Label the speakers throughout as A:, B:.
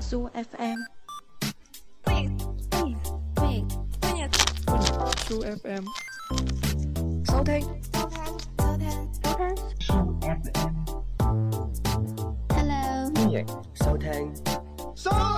A: 蘇 FM，
B: 歡迎歡迎歡迎歡迎
A: 蘇 FM，
B: 收聽收聽收聽收聽
C: Hello，
D: 歡迎收聽。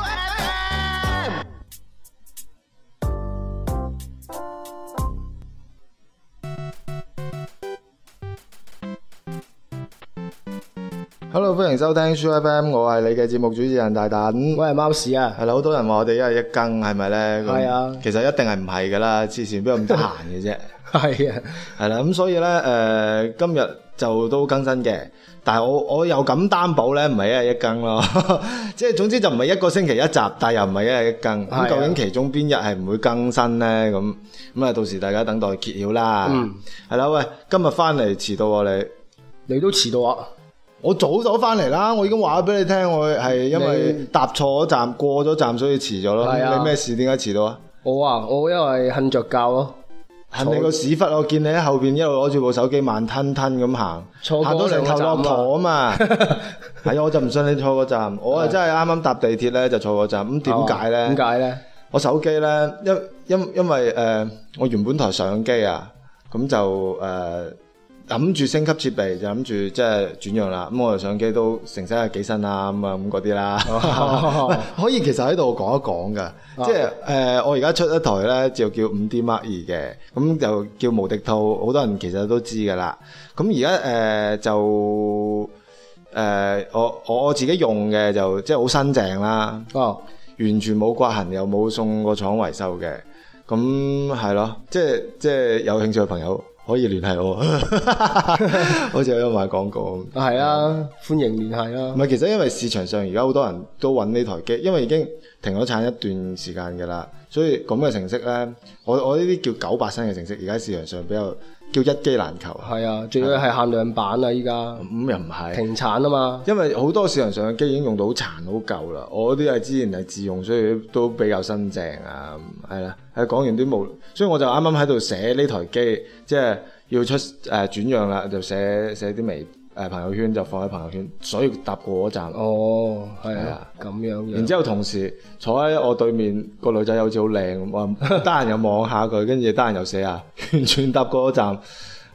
E: Hello，歡迎收聽 Soo FM，我係你嘅節目主持人大躉。
D: 我係貓屎啊！
E: 係啦，好多人話我哋一日一更，係咪咧？咁
D: 係啊
E: 其實一定係唔係噶啦，之前邊有咁得閒嘅 啫。
D: 係啊，
E: 係啦，咁所以咧，誒、呃今日就都更新嘅，但係我我又敢擔保咧，唔係一日一更咯， 即係總之就唔係一個星期一集，但係又唔係一日一更。
D: 係啊
E: 咁究竟其中邊日係唔會更新咧？咁咁啊，到時大家等待揭曉啦。
D: 嗯，
E: 係啦，喂，今日翻嚟遲到喎你。
D: 你都遲到啊！
E: 我早走翻嚟啦，我已經話咗俾你聽，我係因為
D: 你
E: 搭錯咗站，過咗站，所以遲咗咯。
D: 係啊
E: 你咩事？點解遲到啊？
D: 我啊，我因為瞓着覺咯，
E: 恨你個屎忽！我見你喺後邊一路攞住部手機慢吞吞咁行，
D: 錯過
E: 行到成頭落陀啊 嘛。係啊，我就唔信你錯過站，我係啊真係啱啱搭地鐵咧就錯過站。咁點解
D: 哦點
E: 咧？
D: 解咧？
E: 我手機咧，因因因為誒、呃我原本台相機啊，咁就誒諗住升級設備，就諗住即係轉讓啦。咁我台相機都成身係幾新啦，咁啊咁嗰啲啦。
D: 哦
E: 可以其實喺度講一講噶，即係誒、呃我而家出一台咧就叫五 D Mark 二嘅，咁就叫無敵兔，好多人其實都知噶啦。咁而家誒呃就誒、呃我我我自己用嘅就即係好新淨啦。
D: 哦，
E: 完全冇刮痕，又冇送過廠維修嘅，咁係咯，即係即係有興趣嘅朋友可以聯繫我，好似有賣廣告咁。
D: 係啊，歡迎聯繫啦
E: 唔。係，其實因為市場上而家好多人都揾呢台機，因為已經停咗產一段時間㗎啦，所以咁嘅程式呢，我我呢啲叫九百新嘅程式，而家市場上比較叫一機難求。
D: 係啊，最緊要係限量版啊！依家
E: 咁又唔係。
D: 停產啊嘛，
E: 因為好多市場上嘅機已經用到好殘好舊啦，我啲係之前係自用，所以都比較新淨啊，係啦，係講完啲冇，所以我就啱啱喺度寫呢台機，即係要出誒、呃、轉讓啦，就寫寫啲微誒、呃朋友圈就放喺朋友圈，所以搭過嗰站，
D: 哦，係
E: 係
D: 啊
E: 啊，
D: 咁樣
E: 然
D: 樣。
E: 之後同時坐喺我對面個女仔又好似好靚咁，我 話得閒又望下佢，跟住得閒又寫啊，完全搭過嗰站，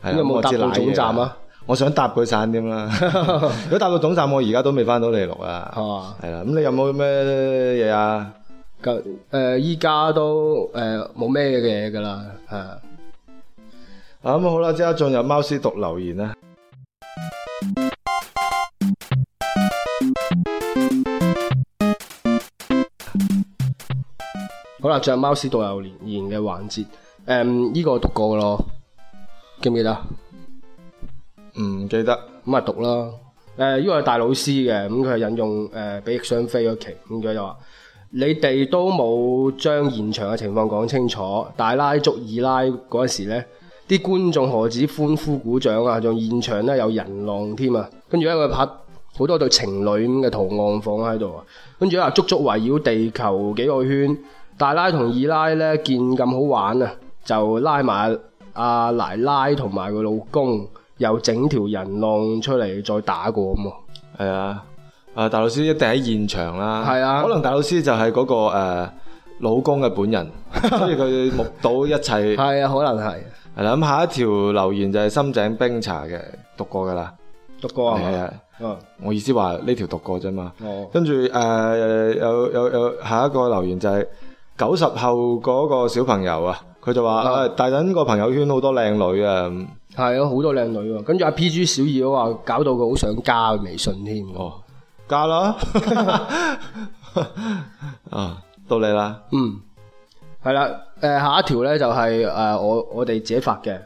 E: 係啦
D: 咁有冇
E: 我知
D: 搭到
E: 瀨嘢
D: 總站啊
E: 啦？我想搭佢散添啦， 如果搭到總站，我而家都未翻到嚟錄啊。
D: 係嘛？
E: 系啦，咁你有冇咩嘢啊？
D: 咁誒，依家都誒冇咩嘢㗎啦，係啊。
E: 啊咁好啦，即刻進入貓屎讀留言啦。啊
D: 好啦，仲有貓屎導遊連言嘅環節，誒、嗯依、個我讀過嘅咯，記唔記得啊？
E: 唔嗯記得，
D: 咁啊讀啦。誒、呢個係大老師嘅，咁佢係引用誒、比翼雙飛嗰期，咁佢就話：你哋都冇將現場嘅情況講清楚，大拉捉二拉嗰陣時咧，啲觀眾何止歡呼鼓掌啊，仲現場咧有人浪添啊！跟住咧佢拍好多對情侶咁嘅圖案放喺度啊，跟住咧足足圍繞地球幾個圈，大拉同二拉咧見咁好玩啊，就拉埋阿奶奶同埋佢老公，又整條人浪出嚟再打過咁喎。
E: 係啊，啊大老師一定喺現場啦。
D: 係啊
E: 可能大老師就係嗰、個誒、呃老公嘅本人， 所以佢目睹一切。
D: 係 啊，可能係
E: 係啦，咁下一條留言就係深井冰茶嘅，讀過噶啦。
D: 讀過係
E: 係
D: 咪？
E: 啊，
D: 嗯，
E: 我意思話呢條讀過啫嘛。
D: 哦，
E: 跟住誒、呃有有有下一個留言就係九十後嗰個小朋友啊，佢就話、
D: 啊
E: 啊大等個朋友圈好多靚女啊。咁
D: 係啊，好多靚女喎。跟住阿 PG 小二都話搞到佢好想加佢微信添。
E: 哦，加 啦，啊，到你啦，
D: 嗯，係啦，诶、下一條咧就係呃我我哋自己發嘅，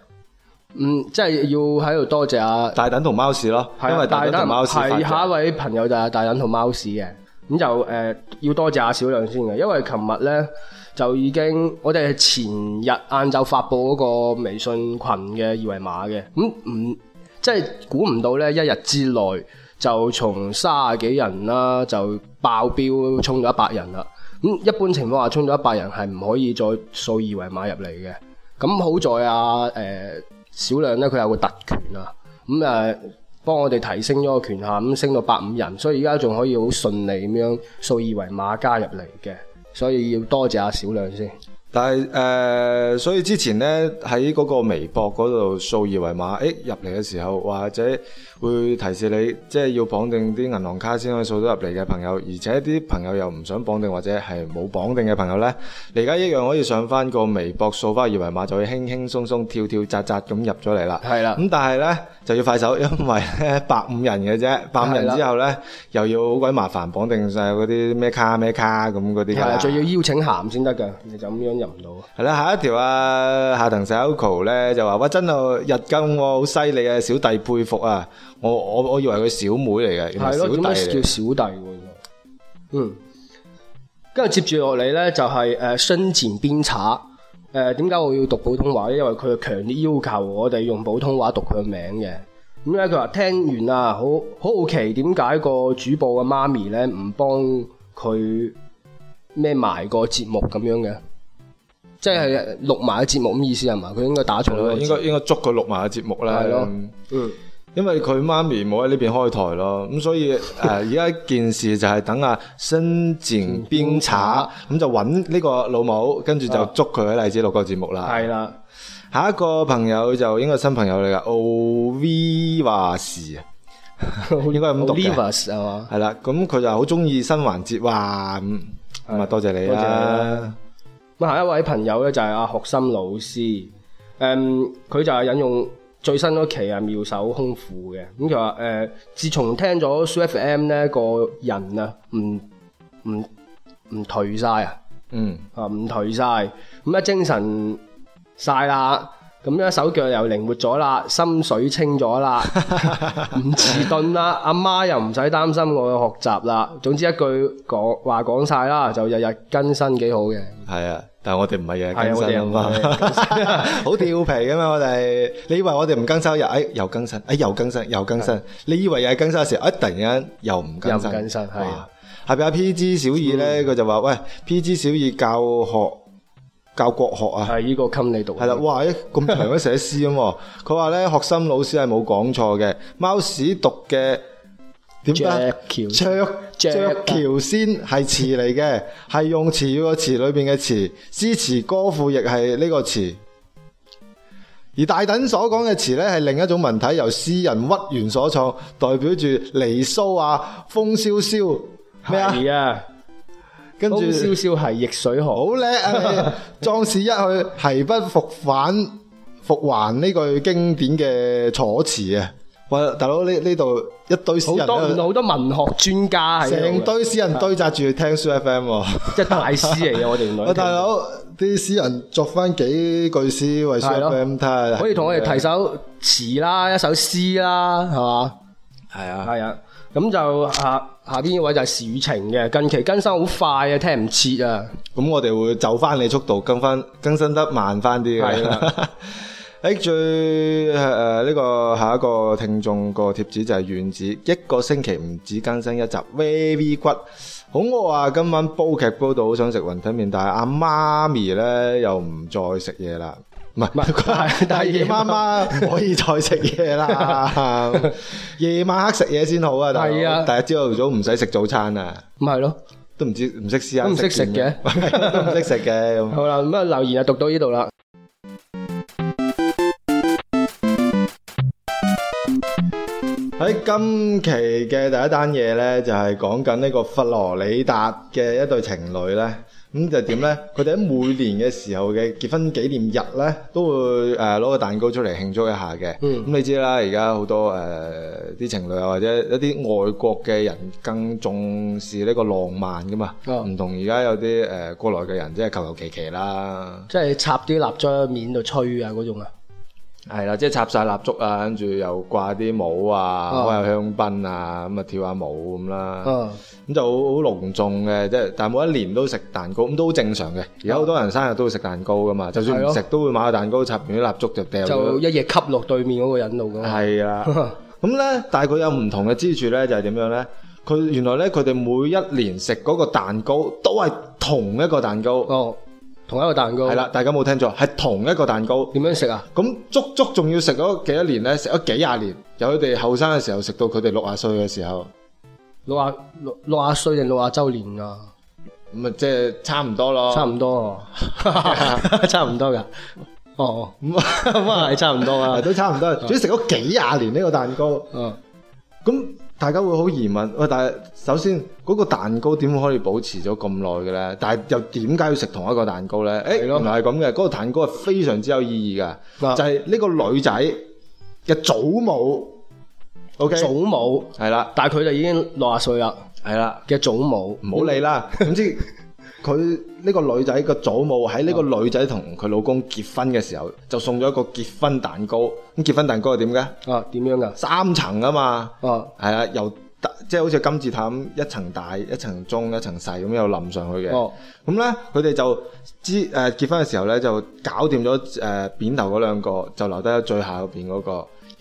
D: 嗯，即係要喺度多謝阿、
E: 大等同貓屎咯，
D: 係啊
E: 因為大等同貓屎發
D: 係下一
E: 嘅，
D: 位朋友就係大等同貓屎嘅，咁就诶、呃要多謝阿小亮先嘅，因為琴日咧就已經我哋係前日晏晝發布嗰個微信群嘅二維碼嘅，咁唔即係估唔到咧一日之內就從三十幾人啦就爆標衝咗一百人啦，咁一般情況下衝咗一百人係唔可以再掃二維碼入嚟嘅。呃咁好在啊，誒、小亮咧佢有個特權啊，咁、誒幫我哋提升咗個權限，咁升到百五人，所以而家仲可以好順利咁樣掃二維碼加入嚟嘅，所以要多謝阿小亮先。
E: 但係誒、呃所以之前咧喺嗰個微博嗰度掃二維碼，誒入嚟嘅時候，或者會提示你，即係要綁定啲銀行卡先可以掃到入嚟嘅朋友，而且啲朋友又唔想綁定或者係冇綁定嘅朋友咧，你而家一樣可以上翻個微博掃翻二維碼，就會輕輕鬆鬆、跳跳扎扎咁入咗嚟啦。
D: 係啦
E: 咁但係咧就要快手，因為咧 百五人嘅啫，百五
D: 係
E: 人
D: 啦
E: 之後咧又要好鬼麻煩綁定晒嗰啲咩卡咩卡咁嗰啲㗎
D: 係
E: 啦
D: 啊，仲要邀請函先得㗎，你就咁樣入唔到。
E: 系啦，下一條啊，下藤 Sayoko 咧就話：哇，真係日更喎，好犀利啊，小弟佩服啊！我我我以為佢小妹嚟嘅，原來
D: 係
E: 小
D: 咯，
E: 弟
D: 點解叫
E: 嚟。
D: 小弟喎？原來嗯，跟住接住落嚟咧就係誒身前邊查。誒點解我要讀普通話咧？因為佢強烈要求我哋用普通話讀佢嘅名嘅。咁咧佢話聽完啊，好好奇點解個主播嘅媽咪咧唔幫佢孭埋個節目咁樣嘅，即係錄埋個節目咁意思係嘛？佢應該打錯
E: 係咯
D: 咗。
E: 應該應該捉佢錄埋個節目啦。
D: 係咯
E: 嗯
D: 嗯
E: 因為佢媽咪冇喺呢邊開台咯，咁所以誒呃而家件事就係等啊新前邊查，咁就揾呢個老母，跟住就
D: 啊
E: 捉佢喺荔枝錄個節目啦。
D: 係啦，
E: 下一個朋友就應該係新朋友嚟噶，奧 V 華士啊，應該係咁讀
D: l i
E: 嘅
D: v e s 係嘛？
E: 系啦，咁佢就好中意新環節哇，咁咁啊多謝你
D: 多謝你
E: 啦
D: 啦。咁啊下一位朋友咧就係阿學森老師，誒、佢就係引用最新嗰期啊妙手空腹嘅，咁佢話誒，自從聽咗 s f m 咧個人啊唔唔唔頹晒啊！
E: 嗯，
D: 啊唔頹晒，咁啊精神晒啦，咁樣手腳又靈活咗啦，心水清咗啦，唔遲鈍啦，阿媽又唔使擔心我嘅學習啦。總之一句講話講晒啦，就日日更新幾好嘅。
E: 係啊，但係我哋唔係日日
D: 係啊
E: 更
D: 我哋
E: 新啊
D: 又
E: 嘛
D: 唔係日日，啊
E: 好調皮噶嘛我哋。你以為我哋唔更新日，哎又更新，哎又更新，又更新。你以為日日更新嘅時候，哎突然間又唔更新，
D: 又唔更新係嗯
E: 哇下邊阿 P.G. 小二咧，佢就話：喂，P.G. 小二教學教國學啊。
D: 係呢個襟你讀
E: 係啦，哇！一咁長都寫詩咁喎。佢話咧，學生老師係冇講錯嘅，貓屎讀嘅點解？
D: 雀
E: 雀
D: 橋雀啊
E: 雀橋先係詞嚟 嘅，係用詞語個詞裏邊嘅詞，詩詞歌賦亦係呢個詞。而大等所講嘅詞呢，係另一種文體，由詩人屈原所創，代表住離騷啊、風蕭蕭咩啊，
D: 係啊，
E: 跟住
D: 風蕭蕭係逆水河，
E: 好叻啊！你壯士一去，係不復返復還呢句經典嘅楚辭啊！喂，大佬呢呢度一堆詩
D: 好
E: 人
D: 多
E: 喺
D: 原來
E: 度，
D: 好多文學專家喺
E: 成
D: 度嘅，啊
E: 堆詩人堆扎住聽 Soo FM 喎。
D: 即係大師嚟嘅。我哋 原來
E: 喂，大佬啲詩人作翻幾句詩為 Soo
D: 係咯
E: FM 睇下，
D: 可以同我哋提首詞啦，一首詩啦，係嘛？
E: 係啊，
D: 係啊，咁就下下邊呢位就係事與情嘅，近期更新好快啊，聽唔切啊，
E: 咁我哋會就翻你速度更翻更新得慢翻啲嘅。
D: 係
E: 誒最誒呃呢個下一個聽眾個貼紙就係原子，一個星期唔止更新一集，very 骨。好餓啊！今晚煲劇煲到好想食雲吞麵，但係阿媽咪咧又唔再食嘢啦。唔係
D: 唔係
E: 但係夜媽媽唔可以再食嘢啦， 夜晚黑食嘢先好啊！大佬
D: 係啊
E: 但係朝頭早唔使食早餐啊，
D: 咁係咯。
E: 都唔知唔識試下
D: 都唔識食
E: 點樣 都唔識食嘅咁。
D: 好啦，咁啊留言啊讀到呢度啦。
E: 喺今期嘅第一單嘢呢，就係講緊呢個佛羅里達嘅一對情侶呢。咁就點呢？佢哋喺每年嘅時候嘅結婚紀念日呢，都會誒攞、個蛋糕出嚟慶祝一下嘅。咁、
D: 嗯
E: 你知啦，而家好多誒啲、情侶啊，或者一啲外國嘅人更重視呢個浪漫噶嘛，唔、
D: 哦
E: 同而家有啲誒、呃、國內嘅人即係求求其其啦。
D: 即係插啲蠟燭喺面度吹啊嗰種啊，
E: 係啦，即係插晒蠟燭啊，跟住又掛啲帽啊，
D: 啊
E: 開下香檳啊，咁啊跳下舞咁啦。
D: 嗯，
E: 咁就好好隆重嘅，即係但係每一年都食蛋糕，咁都好正常嘅。而家好多人生日都會食蛋糕噶嘛，就算
D: 係
E: 唔
D: 咯
E: 食都會買個蛋糕插完啲蠟燭就掉
D: 就
E: 咗。
D: 一夜吸落對面嗰個人度噶啊嘛。
E: 係啦，咁咧，但係佢有唔同嘅之處咧，就係點樣咧？佢原來咧，佢哋每一年食嗰個蛋糕都係同一個蛋糕，
D: 哦，同一個蛋糕，
E: 係啦，大家冇聽錯，係同一個蛋糕。
D: 點樣食啊？
E: 咁足足仲要食咗幾多年咧？食咗幾廿年，由佢哋後生嘅時候食到佢哋六啊歲嘅時候，
D: 六啊六六啊歲定六啊周年啊？
E: 咁啊即係差唔多咯。
D: 差唔多 喎，差唔多噶。 哦，
E: 咁啊
D: 咁啊係差唔多 啊。
E: 都差唔多，總之食咗幾廿年呢個蛋糕。
D: 嗯，
E: 咁大家會好疑問，喂！但係首先嗰、個蛋糕點可以保持咗咁耐嘅咧？但係又點解要食同一個蛋糕咧？誒、
D: 係咯
E: 原來係咁嘅，嗰、個蛋糕係非常之有意義
D: 嗱
E: 㗎，就係呢個女仔嘅祖母。OK，
D: 祖母，
E: 係啦，
D: 但係佢就已經六啊歲啦
E: 係啦，
D: 嘅祖母。
E: 唔好理啦。總之佢呢個女仔個祖母喺呢個女仔同佢老公結婚嘅時候，就送咗一個結婚蛋糕。咁結婚蛋糕係點嘅？
D: 啊，點樣噶？
E: 三層啊嘛。
D: 啊，
E: 係啊，由大即係好似金字塔咁，一層大、一層中、一層細咁又冧上去嘅。
D: 哦，
E: 咁咧佢哋就知誒、呃、結婚嘅時候咧就搞掂咗誒扁頭嗰兩個，就留低咗最下邊嗰、個。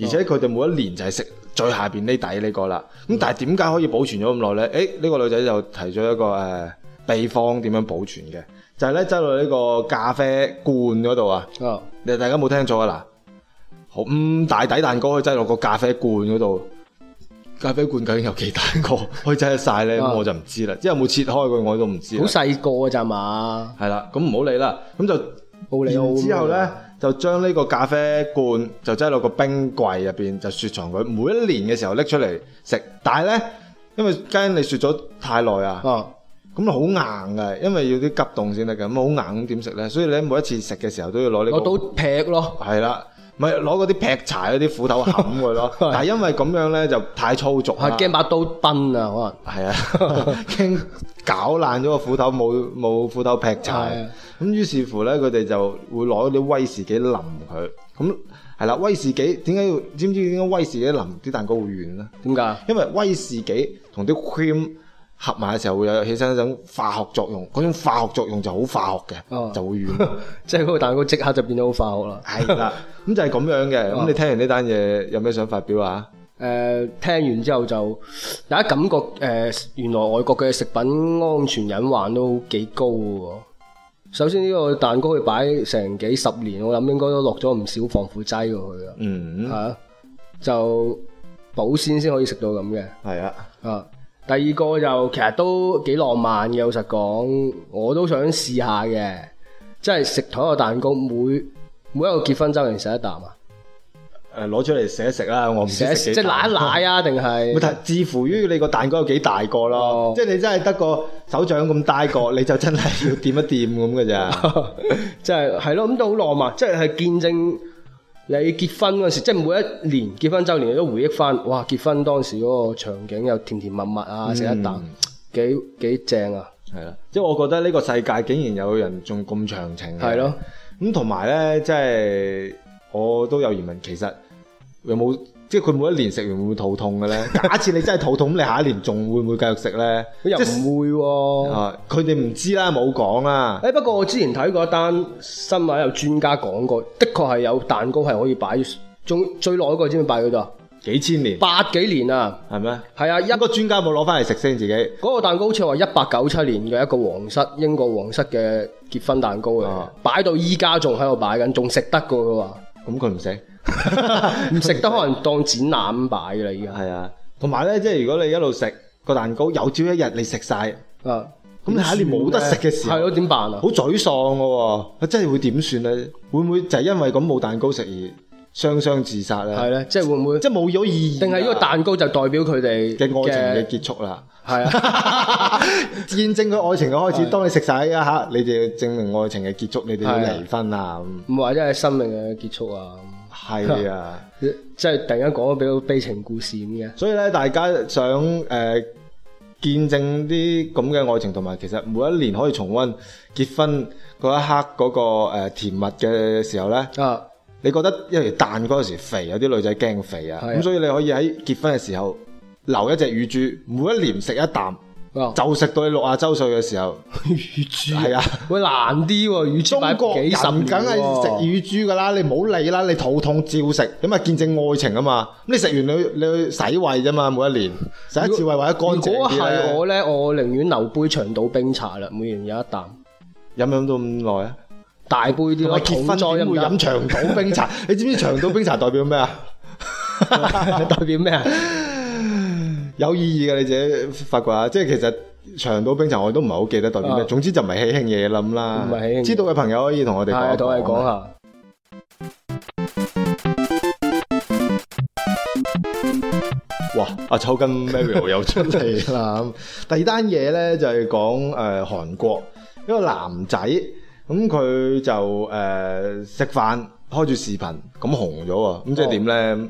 E: 而且佢哋每一年就係食最下邊呢底呢個啦。咁但係點解可以保存咗咁耐咧？誒呢、個女仔就提咗一個誒、呃秘方點樣保存嘅，就係咧擠落呢個咖啡罐嗰度啊。
D: 啊，
E: 你大家冇聽錯啊嗱，好咁大底蛋糕可以擠落個咖啡罐嗰度，咖啡罐究竟有幾大個可以擠得晒咧？
D: 啊
E: 咁我就唔知啦，即係有冇切開佢我都唔知啦
D: 好。細個㗎咋嘛？
E: 係啦，咁唔好理啦，咁就
D: 奧利奧
E: 然
D: 咁
E: 之後
D: 樣
E: 咧，就將呢個咖啡罐就擠落個冰櫃入邊，就雪藏佢。每一年嘅時候拎出嚟食，但係咧，因為驚你雪咗太耐啊。
D: 啊，
E: 咁好硬嘅，因為要啲急凍先得嘅，咁好硬咁點食咧？所以咧每一次食嘅時候都要攞呢個
D: 攞到劈咯。。
E: 係啦，咪攞嗰啲劈柴嗰啲斧頭冚佢咯 但係因為咁樣咧就太粗俗啦，
D: 係驚把刀崩啊，
E: 係啊，驚搞爛咗個斧頭，冇冇斧頭劈
D: 係
E: 柴
D: 啊。
E: 咁於是乎咧，佢哋就會攞啲威士忌淋佢。咁係啦，威士忌點解要？知唔知點解威士忌淋啲蛋糕會軟咧？
D: 可能點解？
E: 因為威士忌同啲 cream 合埋嘅時候會有起身一種化學作用，嗰種化學作用就好化學嘅，
D: 哦
E: 就會軟。
D: 即係嗰個蛋糕即刻就變咗好化學啦。
E: 係啦，咁就係咁樣嘅。
D: 哦
E: 咁你聽完呢單嘢有咩想發表啊？
D: 誒、聽完之後就大家感覺誒、原來外國嘅食品安全隱患都幾高嘅喎。首先呢個蛋糕佢擺成幾十年，我諗應該都落咗唔少防腐劑過去啦，
E: 嗯
D: 嚇、，就保鮮先可以食到咁嘅。
E: 係啊，
D: 啊，第二個就其實都幾浪漫嘅，老實講，我都想試下嘅，即係食同一個蛋糕，每每一個結婚周年食一啖啊，
E: 誒攞出嚟食一食啦，我唔知
D: 食一
E: 食
D: 即
E: 幾
D: 係
E: 大
D: 奶一奶啊，定
E: 咪
D: 係
E: 睇視乎於你個蛋糕有幾大個
D: 哦
E: 咯，即係你真係得個手掌咁大 個，你就真係要掂一掂咁嘅咋。
D: 即係係咯，咁都好浪漫，即係係見證你結婚嗰時，即係每一年結婚周年你都回憶翻，哇！結婚當時嗰個場景又甜甜蜜蜜啊，食一啖
E: 嗯
D: 幾幾正啊，
E: 係啦，即係我覺得呢個世界竟然有人仲咁長情嘅。
D: 係咯，
E: 咁同埋咧，即係我都有疑問，其實有冇即係佢每一年食完會唔會肚痛嘅咧？ 假設你真係肚痛，咁你下一年仲會唔會繼續食咧？
D: 又唔
E: 即係
D: 會喎、
E: 啊，佢哋唔知啦，冇講啦。
D: 誒不過我之前睇過一單新聞，有專家講過，的確係有蛋糕係可以擺，仲最耐嗰個知唔知擺幾多啊？
E: 幾千年
D: 八幾年啊，
E: 係咩？
D: 係啊，一
E: 一個專家冇攞翻嚟食先自己。
D: 嗰、個蛋糕好似話一八九七年嘅一個皇室英國皇室嘅結婚蛋糕嚟嘅
E: 啊，
D: 擺到依家仲喺度擺緊，仲食得過佢話，
E: 咁佢唔食。
D: 唔食得可能當展覽咁擺㗎啦依家。
E: 係啊，同埋咧，即係如果你一路食個蛋糕，有朝一日你食晒，
D: 啊，
E: 咁你下一年冇得食嘅時
D: 係
E: 候，
D: 咯，點辦啊
E: 好？沮喪嘅喎，佢真係會點算咧？會唔會就係因為咁冇蛋糕食而雙雙自殺咧？
D: 係咧，即係會唔會？
E: 即係冇咗意義啊，
D: 定係呢個蛋糕就代表佢哋
E: 嘅愛情嘅結束啦。
D: 係啊，
E: 見證佢愛情嘅開始，
D: 係
E: 當你食晒一刻，你就要證明愛情嘅結束，你哋要
D: 係啊
E: 離婚啦。咁
D: 唔或者係生命嘅結束啊？
E: 係啊。
D: 即係突然間講咗比較悲情故事咁嘅。
E: 所以咧，大家想誒、呃、見證啲咁嘅愛情，同埋其實每一年可以重温結婚嗰一刻嗰、個、呃、甜蜜嘅時候咧，
D: 啊，
E: 你覺得因為蛋嗰陣時肥，有啲女仔驚肥啊，
D: 係啊
E: 咁所以你可以喺結婚嘅時候留一隻乳豬，每一年食一啖，
D: 啊
E: 就食到你六啊周歲嘅時候，
D: 乳豬
E: 係啊。
D: 喂難啲喎，乳豬
E: 中
D: 擺
E: 國
D: 幾
E: 人
D: 十年
E: 梗係
D: 喎
E: 食乳豬噶啦，你唔好理啦，你肚痛照食，咁啊見證愛情啊嘛。咁你食完你去你去洗胃啫嘛，每一年洗一次胃或者乾淨
D: 如果
E: 啲
D: 係
E: 咧
D: 我咧，我寧願留杯長島冰茶啦，每人有一啖。
E: 飲唔飲到咁耐啊？
D: 大杯啲
E: 同
D: 咯，
E: 埋結婚點
D: 重
E: 會
D: 裝得唔
E: 飲
D: 得
E: 長島冰茶？你知唔知長島冰茶代表咩啊？
D: 代表咩啊？
E: 有意義嘅你自己發掘下，即係其實長島冰茶我都唔係好記得代表咩，
D: 啊
E: 總之就唔係喜慶嘢諗啦。
D: 唔係喜慶嘢
E: 知道嘅朋友可以同我哋
D: 係啊，
E: 講，
D: 同我哋講。下。
E: 哇！阿抽 筋 Mario 又出嚟啦。咁第二單嘢咧就係講誒韓國一個男仔，咁佢就誒食飯開住視頻，咁紅咗喎。咁即係點
D: 哦
E: 咧？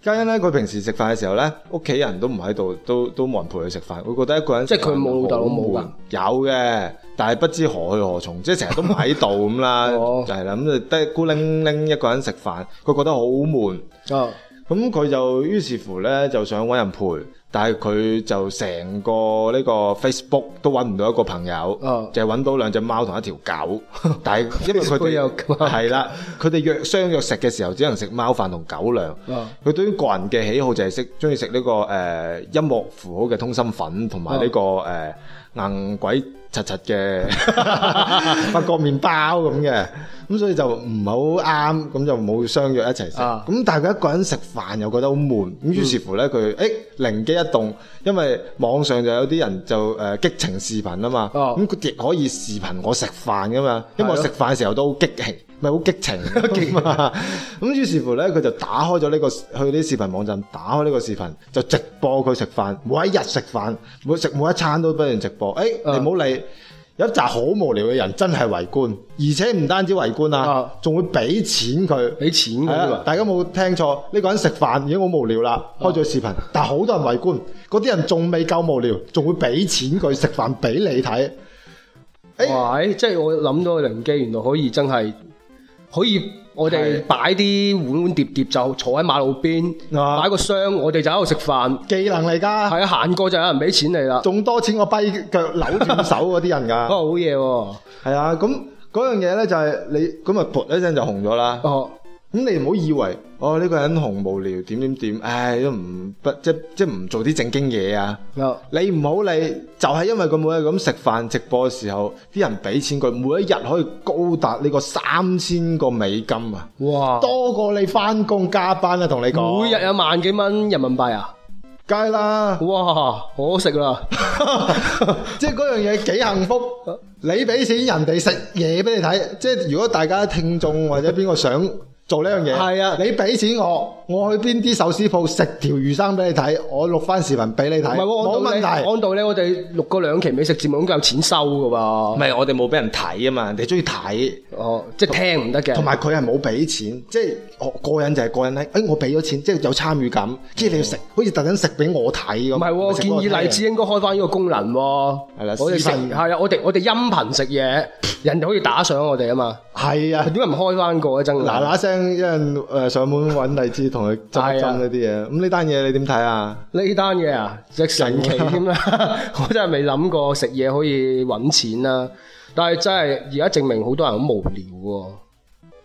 E: 嘉欣咧，佢平時食飯嘅時候咧，屋企人都唔喺度，都都冇人陪佢食飯，會覺得一個人
D: 即係佢冇老豆老母㗎
E: 好悶。有嘅，但係不知何去何從，即係成日都唔喺度咁啦，
D: 哦
E: 就係啦，咁就得孤零零一個人食飯，佢覺得好悶。
D: 哦，
E: 咁佢就於是乎咧就想揾人陪，但係佢就成個呢個 Facebook 都揾唔到一個朋友，
D: 哦
E: 就係揾到兩隻貓同一條狗。 但係因為佢
D: Facebook 有
E: 哋
D: 狗
E: 係啦，佢哋約相約食嘅時候，只能食貓飯同狗糧。
D: 哦
E: 佢對於個人嘅喜好就係識中意食呢個誒、呃音樂符號嘅通心粉，同埋呢個誒、呃硬鬼柒柒 嘅 法國麵包咁嘅，咁所以就唔係好啱，咁就冇相約一齊食。咁、
D: 啊嗯
E: 但係佢一個人食飯又覺得好悶，咁於是乎咧佢誒靈機一動，因為網上就有啲人就誒、呃激情視頻啊嘛，
D: 哦
E: 咁佢亦可以視頻我食飯噶嘛，因為我
D: 係咯
E: 食飯嘅時候都好激情，咪好激 情啊嘛。咁於是乎咧，佢就打開咗呢、個去啲視頻網站，打開呢個視頻就直播佢食飯，每一日食飯，每食每一餐都不斷直播。誒、哎
D: 啊
E: 你唔好理。有一紮好無聊嘅人真係圍觀，而且唔單止圍觀啊
D: 啊，
E: 仲會俾錢佢，
D: 俾錢嗰
E: 係
D: 啲
E: 啊
D: 啊，
E: 大家冇聽錯，呢個人食飯已經好無聊啦，開咗視頻，但係好多人圍觀，嗰啲人仲未夠無聊，仲會俾錢佢食飯俾你睇。哎誒
D: 喂，哎即係我諗到個靈機，原來可以真係可以，我哋
E: 係
D: 擺啲碗碗碟碟就坐喺馬路邊，
E: 啊
D: 擺個箱，我哋就喺度食飯。
E: 技能嚟㗎，
D: 係啊，行過就有人俾錢你啦。
E: 仲多錢我跛腳扭斷手嗰啲人
D: 哦，
E: 㗎。
D: 好嘢喎！
E: 係啊，咁嗰樣嘢咧就係你咁啊，噗一聲就紅咗啦。
D: 哦，
E: 咁你唔好以為哦呢個人紅無聊點點點，唉都唔不即即唔做啲正經嘢啊。
D: 哦
E: 你唔好理，就係、因為佢每日咁食飯直播嘅時候，啲人俾錢佢，每一日可以高達呢個三千個美金啊，
D: 哇，
E: 多過你翻工加班啊！同你講，
D: 哦每日有萬幾蚊人民幣啊！
E: 梗係啦，
D: 哇，好食啦！
E: 即係嗰樣嘢幾幸福。你俾錢人哋食嘢俾你睇，即係如果大家聽眾或者邊個想做呢樣嘢，
D: 係啊
E: 你俾錢我，我去邊啲壽司鋪食條魚生俾你睇，我錄翻視頻俾你
D: 唔
E: 睇，
D: 係喎，
E: 冇
D: 按道
E: 問
D: 理，
E: 題。
D: 按道理我哋錄過兩期美食節目咁有錢收㗎
E: 唔
D: 喎。
E: 係我哋冇俾人睇啊嘛，人哋中意睇。
D: 哦，即係聽唔得嘅。
E: 同埋佢係冇俾錢，即係我個人就係個人咧，哎誒我俾咗錢，即係有參與感，即係你要食，好似特登食俾我睇咁。
D: 唔係喎，
E: 食
D: 建
E: 俾我睇
D: 議荔枝應該開翻呢個功能喎。
E: 係啦
D: 我哋
E: 視
D: 食
E: 頻
D: 係啊，我哋我哋音頻食嘢，人哋可以打賞我哋啊嘛。
E: 係啊
D: 點，解唔開翻個咧？真係
E: 嗱嗱聲一陣誒上門揾荔枝同佢爭一爭呢啲嘢。咁呢單嘢你點睇啊？
D: 呢單嘢啊，隻神奇 添啦！ 我真係未諗過食嘢可以揾錢啦、但係真係而家證明好多人好無聊喎、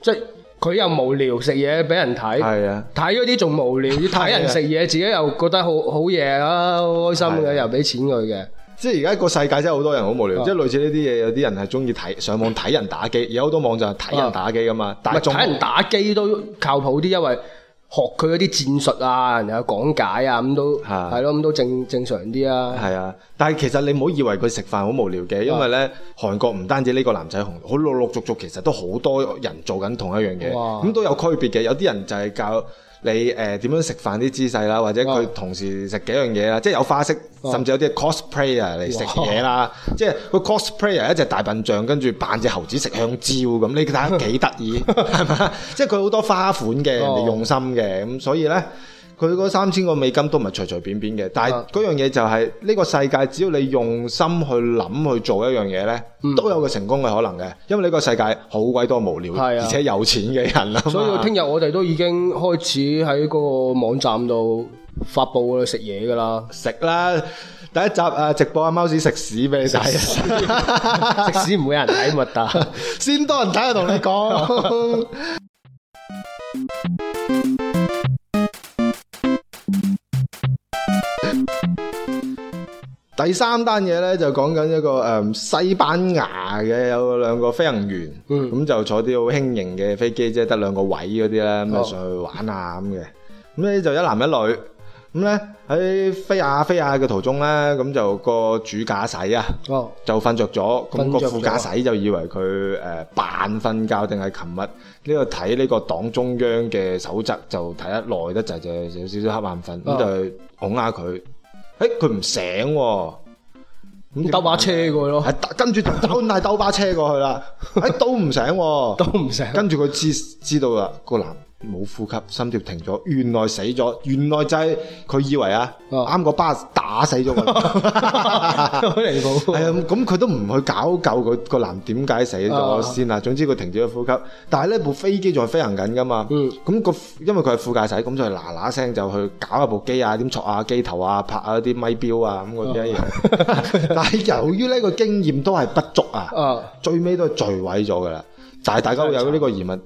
D: 即係佢又無聊食嘢俾人睇，
E: 係啊，
D: 睇嗰啲仲無聊，要睇人食嘢，自己又覺得好好嘢啊，好開心
E: 係啊
D: 嘅，又俾錢佢嘅。
E: 即係而家個世界真係好多人好無聊，
D: 啊
E: 即係類似呢啲嘢，有啲人係中意睇上網睇人打機，有好多網站係睇人打機噶嘛，但
D: 唔係
E: 啊係仲
D: 睇人打機都靠譜啲，因為學佢嗰啲戰術啊，人哋有講解啊，咁都
E: 係
D: 係咯，咁都正正常啲啊。
E: 係啊，但係其實你唔好以為佢食飯好無聊嘅，因為咧韓國唔單止呢個男仔紅，好陸陸續續其實都好多人做緊同一樣嘢，
D: 哇
E: 咁都有區別嘅。有啲人就係教你誒點、樣食飯啲姿勢啦，或者佢
D: 哇
E: 同時食幾樣嘢啦，即係有花式，
D: 哇
E: 甚至有啲係 cosplayer 嚟食嘢啦，即係個 cosplayer 一隻大笨象，跟住扮隻猴子食香蕉咁，你睇下幾得意係嘛？即係佢好多花款嘅，人哋
D: 哦
E: 用心嘅，咁所以咧。佢嗰三千個美金都唔係隨隨便便嘅，但係
D: 啊
E: 嗰樣嘢就係呢個世界，只要你用心去諗去做一樣嘢呢，
D: 嗯
E: 都有個成功嘅可能嘅，因為呢個世界好鬼多無聊，
D: 係啊
E: 而且有錢嘅人啦嘛。，
D: 所以聽日我哋都已經開始喺嗰個網站度發布啦，食嘢噶啦
E: 食啦，第一集啊直播阿貓屎食屎俾你睇，
D: 食屎唔會有人睇咪 得。
E: 先多人睇啊，同你講。 第三單嘢咧就講緊一個誒、嗯西班牙嘅有兩個飛行員，咁、
D: 嗯
E: 就坐啲好輕型嘅飛機，即係得兩個位嗰啲啦，咁
D: 哦
E: 就上去玩下咁嘅。咁咧就一男一女，咁咧喺飛下飛下嘅途中咧，咁就個主駕駛啊。
D: 哦，
E: 就瞓着咗，咁、
D: 瞓
E: 個
D: 着咗
E: 副駕駛就以為佢誒、呃扮瞓覺，定係琴日呢個睇呢個黨中央嘅守則就睇得耐得滯，就有少少黑眼瞓，咁、
D: 啊
E: 就恐嚇佢。誒佢唔醒喎、咁啊
D: 兜把車過去咯
E: 係兜跟住就兜係兜把車過去 啦。誒都唔醒喎、
D: 都唔醒。
E: 跟住佢知知道啦，個男冇呼吸，心跳停咗，原來死咗，原來就係佢以為啊，
D: 哦
E: 啱個巴士打死 咗佢。
D: 好離譜
E: 係啊，咁佢都唔去搞救佢個男點解死咗
D: 啊
E: 先啊？總之佢停止咗呼吸，但係呢部飛機仲係飛行緊噶嘛。
D: 嗯
E: 咁個因為佢係副駕駛，咁就嗱嗱聲就去搞下部機啊，點戳下機頭啊，拍下啲咪錶啊咁嗰啲 一樣。但係由於呢個經驗都係不足啊，
D: 啊，
E: 最尾都係墜毀咗噶啦。但係大家會有呢個疑問。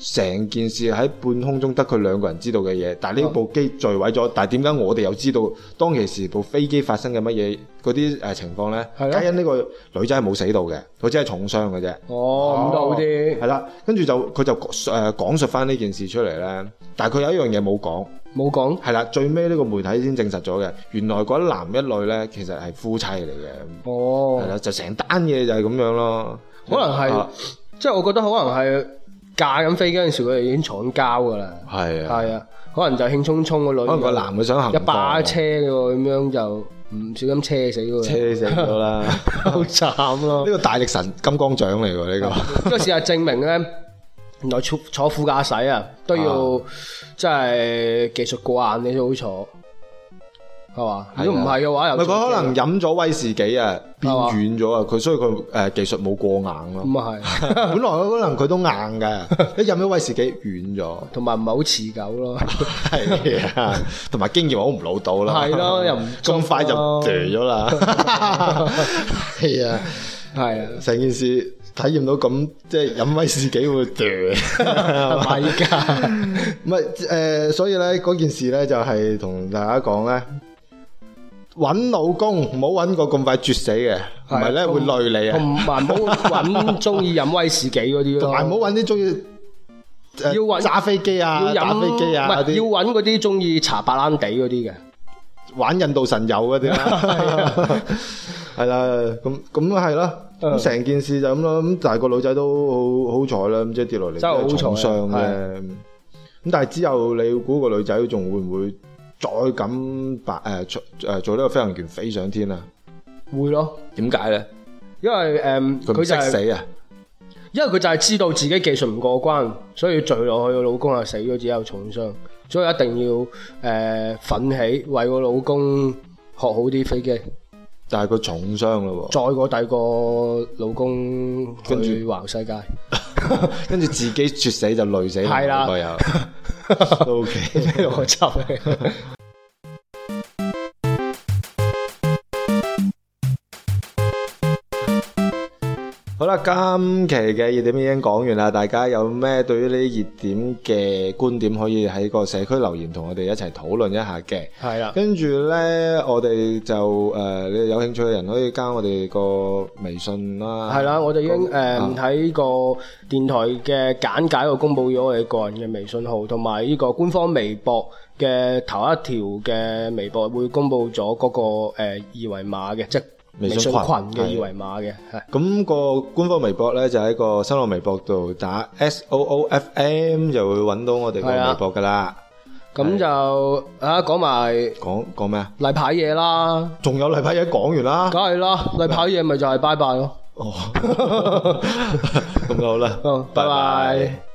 E: 成件事喺半空中得佢兩個人知道嘅嘢，但係呢部機墜毀咗，但係點解我哋又知道當其時部飛機發生嘅乜嘢嗰啲誒情況呢？
D: 係咯
E: 皆因呢個女仔係冇死到嘅，佢只係重傷嘅啫。
D: 哦，咁都好啲，
E: 係啦，跟住就佢就誒、呃、講述翻呢件事出嚟呢。但係佢有一樣嘢冇講，
D: 冇講。
E: 係啦，最尾呢個媒體先證實咗嘅，原來嗰一男一女呢，其實係夫妻嚟嘅，係
D: 哦，
E: 啦，就成單嘢就係咁樣咯。
D: 可能係
E: 啊，
D: 即係我覺得可能係架緊飛機嗰陣時，佢哋已經闖交㗎啦。
E: 係啊，
D: 係啊，可能就興沖沖個女，
E: 可能個男啊嘅想行
D: 一巴車嘅喎，咁樣就唔小心車死嗰個人，
E: 車死咗啦。
D: 好慘
E: 呢
D: 咯。
E: 個大力神金剛獎嚟喎，呢
D: 不過事實證明咧，原來坐坐副駕駛啊，都要即係技術過硬你先好坐，係嘛？
E: 係啊
D: 如果唔係嘅話，又
E: 個。咪佢可能
D: 咁
E: 飲咗威士忌啊，變
D: 係嘛
E: 軟咗啊，佢所以佢誒技術冇過硬 咯。
D: 啊係，
E: 本來可能佢都硬嘅，一飲咗威士忌軟咗。
D: 同埋唔係好持久 咯。
E: 係啊，同埋經驗好唔老到啦。
D: 係咯又唔足咯
E: 咁快就掉咗 啦。係啊，
D: 係啊，
E: 成件事體驗到咁，即係飲威士忌 會掉。
D: 係咪㗎？
E: 唔係誒，呃所以咧嗰件事咧就係同大家講咧，揾老公唔好揾個咁快絕死嘅，唔係咧
D: 同
E: 會累你
D: 同
E: 啊，
D: 埋唔好揾中意飲威士忌嗰啲咯，
E: 同埋唔好揾啲中意要
D: 要揾
E: 揸飛機啊、
D: 要
E: 打
D: 飲
E: 飛機啊
D: 唔係
E: 嗰
D: 要
E: 啲，
D: 揾嗰啲中意茶白蘭地嗰啲嘅。
E: 玩印度神遊嗰 啲啦，係啦，咁咁係啦。咁
D: 嗯
E: 成件事就咁咯，咁但係個女仔都好好彩啦，咁即係跌落嚟
D: 真係好
E: 都係重
D: 彩啊
E: 傷
D: 係
E: 嘅。咁但係之後你估個女仔仲會唔會再咁白誒做誒做呢個飛行員飛上天啊？
D: 會咯，
E: 點解咧？
D: 因為诶佢、
E: 佢唔
D: 就
E: 識
D: 係
E: 死啊！
D: 因為佢就係知道自己技術唔過關，所以墜落去個老公啊又死咗，自己有重傷，所以一定要诶奋、起，為個老公學好啲飛機，
E: 但係佢重傷咯
D: 再過第二個老公
E: 跟住
D: 去環 世界，
E: 喎， 跟住自己猝死就累死
D: 係
E: 兩
D: 啦
E: 個又 都 OK。
D: 呢個輯嚟。
E: 好啦，今期嘅熱點已經講完啦，大家有咩對於呢啲熱點嘅觀點可以喺個社區留言同我哋一齊討論一下嘅。
D: 係啦，
E: 跟住呢，我哋就誒、呃你有興趣嘅人可以加我哋個微信啦。
D: 係啦，我哋已經诶
E: 啊
D: 喺、個電台嘅簡介度公佈咗我哋個人嘅微信號，同埋呢個官方微博嘅頭一條嘅微博會公佈咗嗰個诶、二維碼嘅，即係
E: 微
D: 微
E: 信
D: 信
E: 群
D: 群
E: 係
D: 嘅二維碼嘅，係。
E: 咁個官方微博咧就喺個新浪微博度打 S O O F M 就會揾到我哋個
D: 係啊
E: 微博噶啦。
D: 咁就啊講埋
E: 講講咩啊？
D: 例牌嘢啦，
E: 仲有禮拜一講完啦。
D: 梗係啦，例牌嘢咪就係拜拜咯，
E: 哦，咁就好啦
D: 嗯，，拜拜。